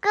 哥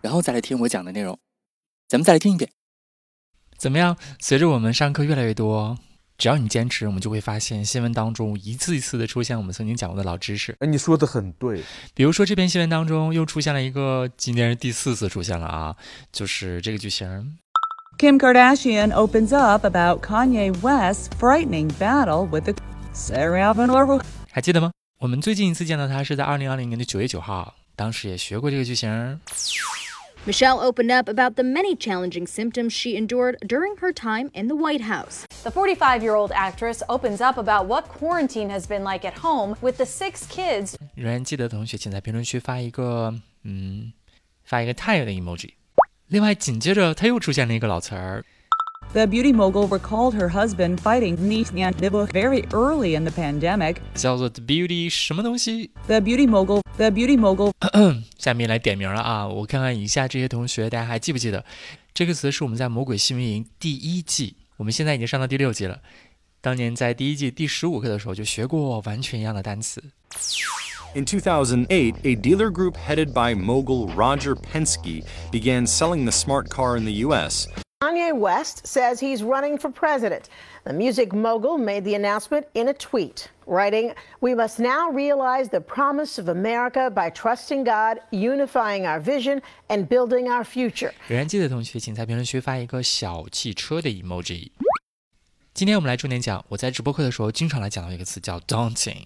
然后再来听我讲的内容。咱们再来听一遍，怎么样？随着我们上课越来越多，只要你坚持，我们就会发现新闻当中一次一次的出现我们曾经讲过的老知识。哎，你说的很对，比如说这篇新闻当中又出现了一个，今天是第四次出现了啊，就是这个句型 Kim Kardashian opens up about Kanye West's frightening battle with the Sarah 还记得吗？我们最近一次见到他是在二零二零年的九月九号，当时也学过这个句型。 Michelle opened up about the many challenging symptoms she endured during her time in the White House. The 45 year old actress opens up about what quarantine has been like at home with the six kids 仍然记得的同学，请在评论区发一个嗯，发一个太阳的 emoji。另外，紧接着他又出现了一个老词儿， The beauty mogul recalled her husband fighting Nishan Dibble very early in the pandemic. 叫做 the beauty 什么东西。 The beauty mogul, the beauty mogul, 下面来点名了啊！我看看以下这些同学，大家还记不记得？这个词是我们在《魔鬼新闻营》第一季，我们现在已经上到第六季了。当年在第一季第十五课的时候就学过完全一样的单词。 In 2008, a dealer group headed by mogul Roger Penske began selling the smart car in the U.S. Kanye West says he's running for president. The music mogul made the announcement in a tweet, writing, We must now realize the promise of America by trusting God, unifying our vision, and building our future. 仍然记得的同学，请在评论区发一个小汽车的 emoji。今天我们来重点讲，我在直播课的时候经常来讲到一个词叫 daunting。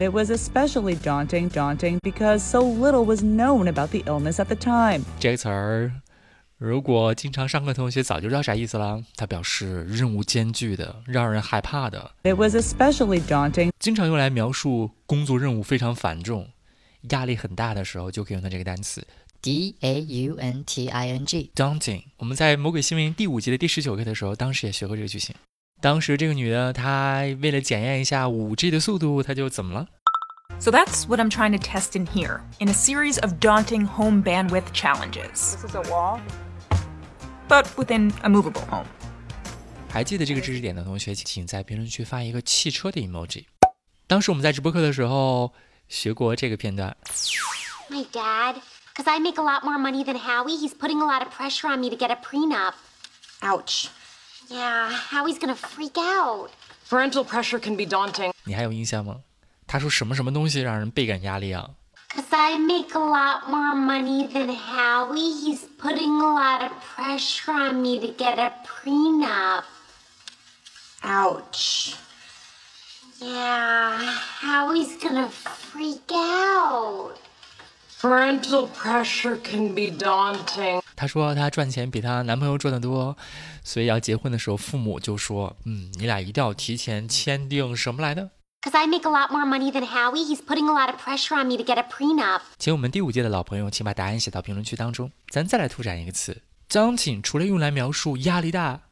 It was especially daunting, daunting because so little was known about the illness at the time. 这个词儿，如果经常上课的同学早就知道啥意思了。它表示任务艰巨的、让人害怕的， It was especially daunting. 经常用来描述工作任务非常繁重、压力很大的时候，就可以用到这个单词 D A U N T I N G。 daunting。我们在《魔鬼新闻》第五集的第十九课的时候，当时也学过这个句型。当时这个女的，她为了检验一下 5G 的速度，她就怎么了？ So that's what I'm trying to test in here, in a series of daunting home bandwidth challenges. This is a wall? But within a movable home. 还记得这个知识点的同学，请在评论区发一个汽车的 emoji。当时我们在直播课的时候学过这个片段， my dad, because I make a lot more money than Howie, he's putting a lot of pressure on me to get a prenup. Ouch. Yeah, Howie's gonna freak out. Parental pressure can be daunting. 你还有印象吗？他说什么什么东西让人倍感压力啊？ Because I make a lot more money than Howie, he's putting a lot of pressure on me to get a prenup. Ouch. Yeah, Howie's gonna freak out. Parental pressure can be daunting. 她说她赚钱比她男朋友赚得多，哦所以要结婚的时候，父母就说：“嗯，你俩一定要提前签订什么来的 Because I make a lot more money than Howie, he's putting a lot of pressure on me to get a prenup.？” 请我们第五届的老朋友，请把答案写到评论区当中。咱再来拓展一个词 d a u n t i n 除了用来描述压力大、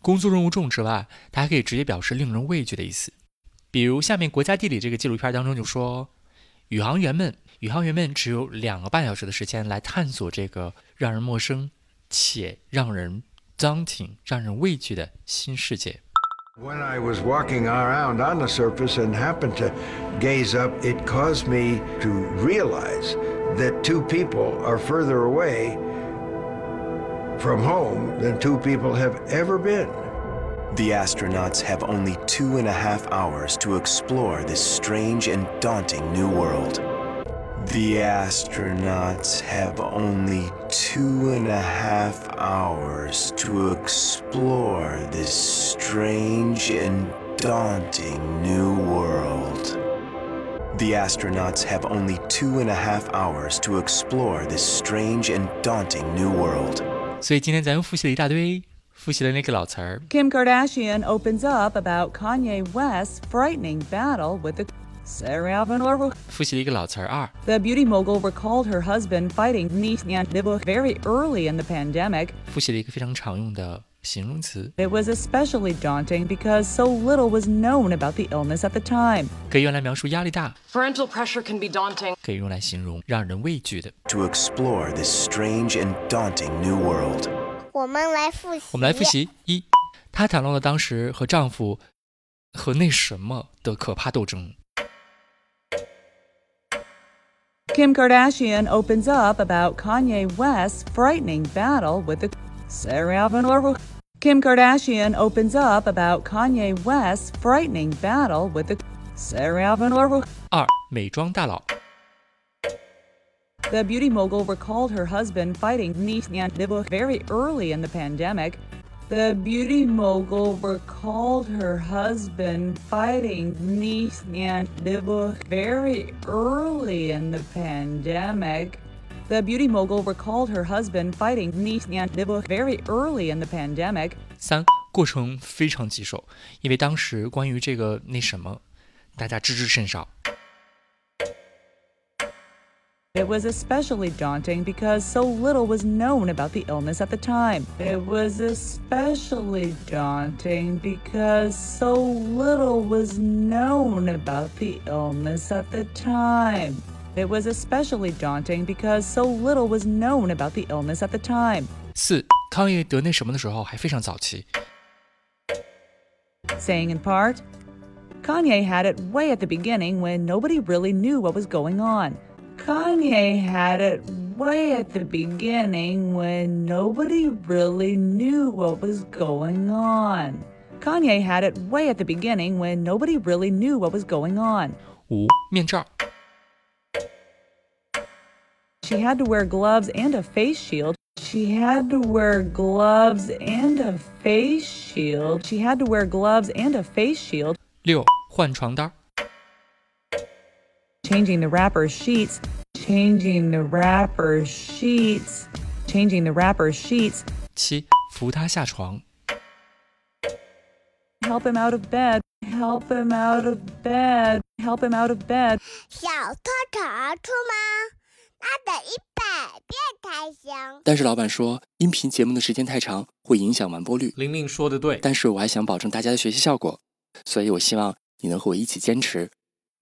工作任务重之外，它还可以直接表示令人畏惧的意思。比如下面《国家地理》这个纪录片当中就说，宇航员们，宇航员们只有两个半小时的时间来探索这个让人陌生且让人 daunting、让人畏惧的新世界。 When I was walking around on the surface and happened to gaze up, it caused me to realize that two people are further away from home than two people have ever been. The astronauts have only two and a half hours to explore this strange and daunting new world. The astronauts have only two and a half hours to explore this strange and daunting new world. The astronauts have only two and a half hours to explore this strange and daunting new world. 所以今天咱又复习了一大堆，复习了那个老词儿 Kim Kardashian opens up about Kanye West's frightening battle with the 复习了一个老词儿二， The beauty mogul recalled her husband fighting Nisnyan very early in the pandemic. 复习了一个非常常用的形容词， It was especially daunting because so little was known about the illness at the time. 可以用来描述压力大， Parental pressure can be daunting. 可以用来形容让人畏惧的。 to explore this strange and daunting new world. 我们来复习。我们来复。习一，她袒露了当时和丈夫和那什么的可怕斗争。 Kim Kardashian opens up about Kanye West's frightening battle with the Sarah Kim Kardashian opens up about Kanye West's frightening battle with the Sarah 二，美妆大佬 The beauty mogul recalled her husband fighting Nisnyan very early in the pandemic. The beauty mogul recalled her husband fighting Nisnyan very early in the pandemic. The beauty mogul recalled her husband fighting Nisnyan very early in the pandemic. 三，过程非常棘手，因为当时关于这个那什么，大家知之甚少。 It was especially daunting because so little was known about the illness at the time. It was especially daunting because so little was known about the illness at the time. It was especially daunting because so little was known about the illness at the time. 四，康爷得那什么的时候还非常早期， Saying in part, Kanye had it way at the beginning when nobody really knew what was going on. Kanye had it way at the beginning when nobody really knew what was going on. Kanye had it way at the beginning when nobody really knew what was going on. 五，面罩 She had to wear gloves and a face shield. She had to wear gloves and a face shield. She had to wear gloves and a face shield. 六，换床单儿 changing the wrapper's sheets, changing the wrapper's sheets, changing the wrapper's sheets, 七，扶她下床。 help him out of bed, help him out of bed, help him out of bed, 小兔兔出吗？那得一百遍才行。但是老板说，音频节目的时间太长，会影响完播率。玲玲说的对，但是我还想保证大家的学习效果，所以我希望你能和我一起坚持，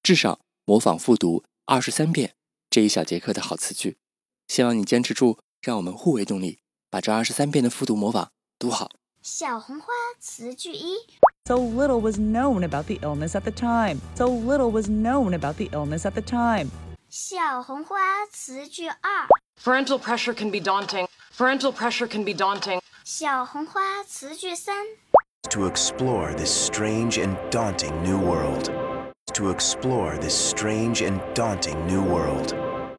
至少模仿复读二十三遍这一小节课的好词句。希望你坚持住，让我们互为动力，把这二十三遍的复读模仿读好。小红花词句一， So little was known about the illness at the time. So little was known about the illness at the time. 小红花词句二， Parental pressure can be daunting. Parental pressure can be daunting. 小红花词句三， To explore this strange and daunting new world. To explore this strange and daunting new world.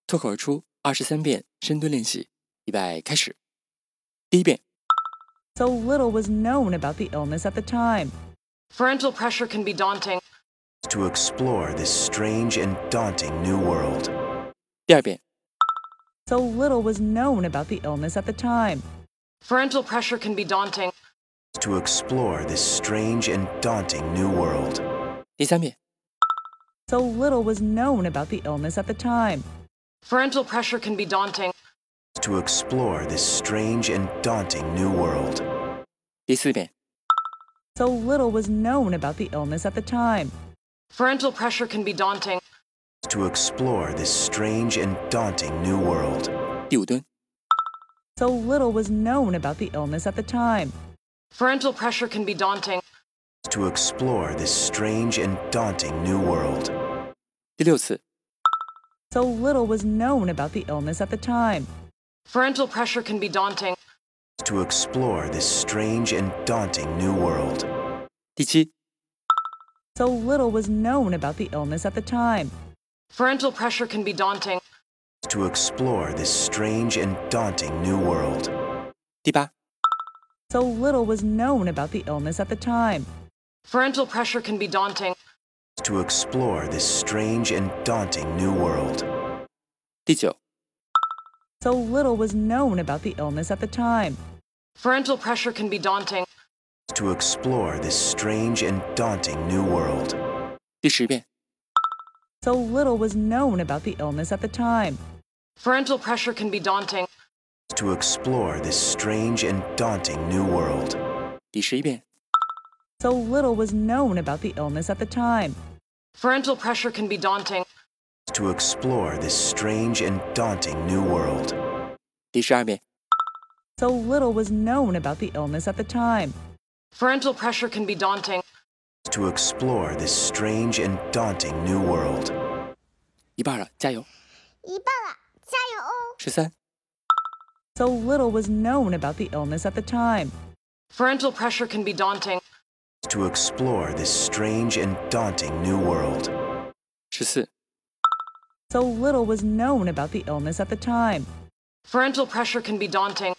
脱口而出二十三遍深蹲练习，预备开始。第一遍， So little was known about the illness at the time. Parental pressure can be daunting. To explore this strange and daunting new world. 第二遍， So little was known about the illness at the time. Parental pressure can be daunting. To explore this strange and daunting new world. 第三遍， So little was known about the illness at the time. Parental pressure can be daunting. To explore this strange and daunting new world. 第四遍， So little was known about the illness at the time. Parental pressure can be daunting. To explore this strange and daunting new world. 第五蹲， So little was known about the illness at the time. Parental pressure can be daunting. To explore this strange and daunting new world. 第六次， So little was known about the illness at the time. Parental pressure can be daunting. To explore this strange and daunting new world. 第七， So little was known about the illness at the time. Parental pressure can be daunting. To explore this strange and daunting new world. 第八， So little was known about the illness at the time. Parental pressure can be daunting. To explore this strange and daunting new world. 第九， So little was known about the illness at the time. Parental pressure can be daunting. To explore this strange and daunting new world. 第十遍， so little was known about the illness at the time. Parental pressure can be daunting. To explore this strange and daunting new world. 第十一遍， So little was known about the illness at the time. Parental pressure can be daunting. To explore this strange and daunting new world. 第十二遍， So little was known about the illness at the time. Parental pressure can be daunting. To explore this strange and daunting new world. 一半了，加油！一半了，加油哦！十三、 So little was known about the illness at the time. Parental pressure can be daunting. To explore this strange and daunting new world. 十四、 So little was known about the illness at the time. Parental pressure can be daunting.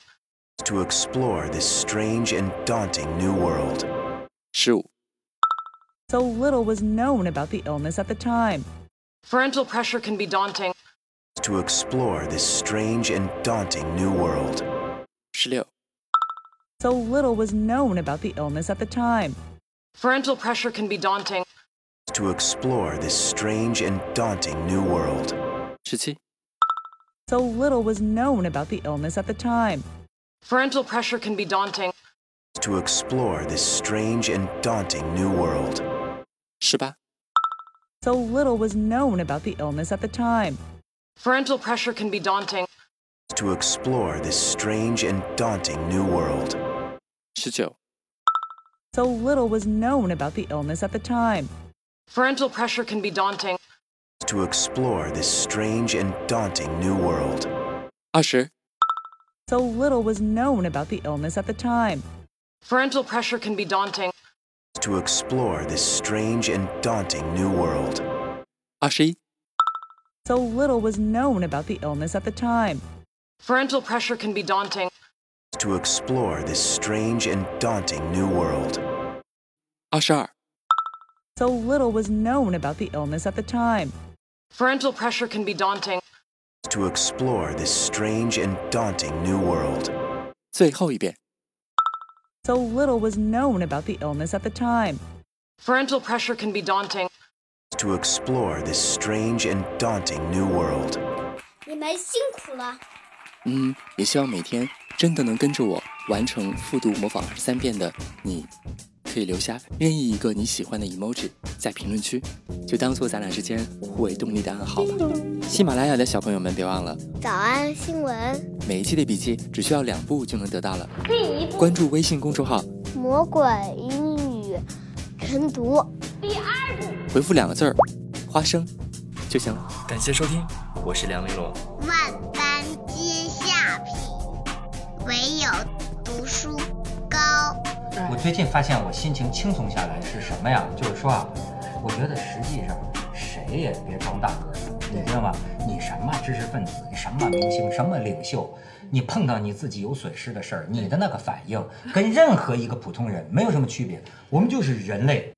To explore this strange and daunting new world. 十五、 So little was known about the illness at the time. Parental pressure can be daunting. To explore this strange and daunting new world. 十六、 So little was known about the illness at the time. Parental pressure can be daunting. To explore this strange and daunting new world. 十七、 So little was known about the illness at the time. Parental pressure can be daunting. To explore this strange and daunting new world. 十八、 So little was known about the illness at the time. Parental pressure can be daunting. To explore this strange and daunting new world. 十九、 So little was known about the illness at the time. Parental pressure can be daunting. To explore this strange and daunting new world. 二十、 So little was known about the illness at the time. Parental pressure can be daunting. To explore this strange and daunting new world. 二十一、 So little was known about the illness at the time. Parental pressure can be daunting. To explore this strange and daunting new world. 二十二、 So little was known about the illness at the time. Parental pressure can be daunting. To explore this strange and daunting new world. 最后一遍， So little was known about the illness at the time. Parental pressure can be daunting. To explore this strange and daunting new world. 你们辛苦了，嗯，也希望每天真的能跟着我完成复读模仿二十三遍的你，可以留下任意一个你喜欢的 emoji 在评论区，就当做咱俩之间互为动力的暗号吧。喜马拉雅的小朋友们别忘了，早安新闻，每一期的笔记只需要两步就能得到了。第一关注微信公众号，魔鬼英语晨读，第二部。回复两个字儿“花生”就行了。感谢收听，我是梁丽罗。万般皆下品，唯有读书高。我最近发现我心情轻松下来是什么呀？就是说啊，我觉得实际上谁也别装大个子，你知道吗？你什么知识分子，什么明星，什么领袖，你碰到你自己有损失的事儿，你的那个反应跟任何一个普通人没有什么区别。我们就是人类。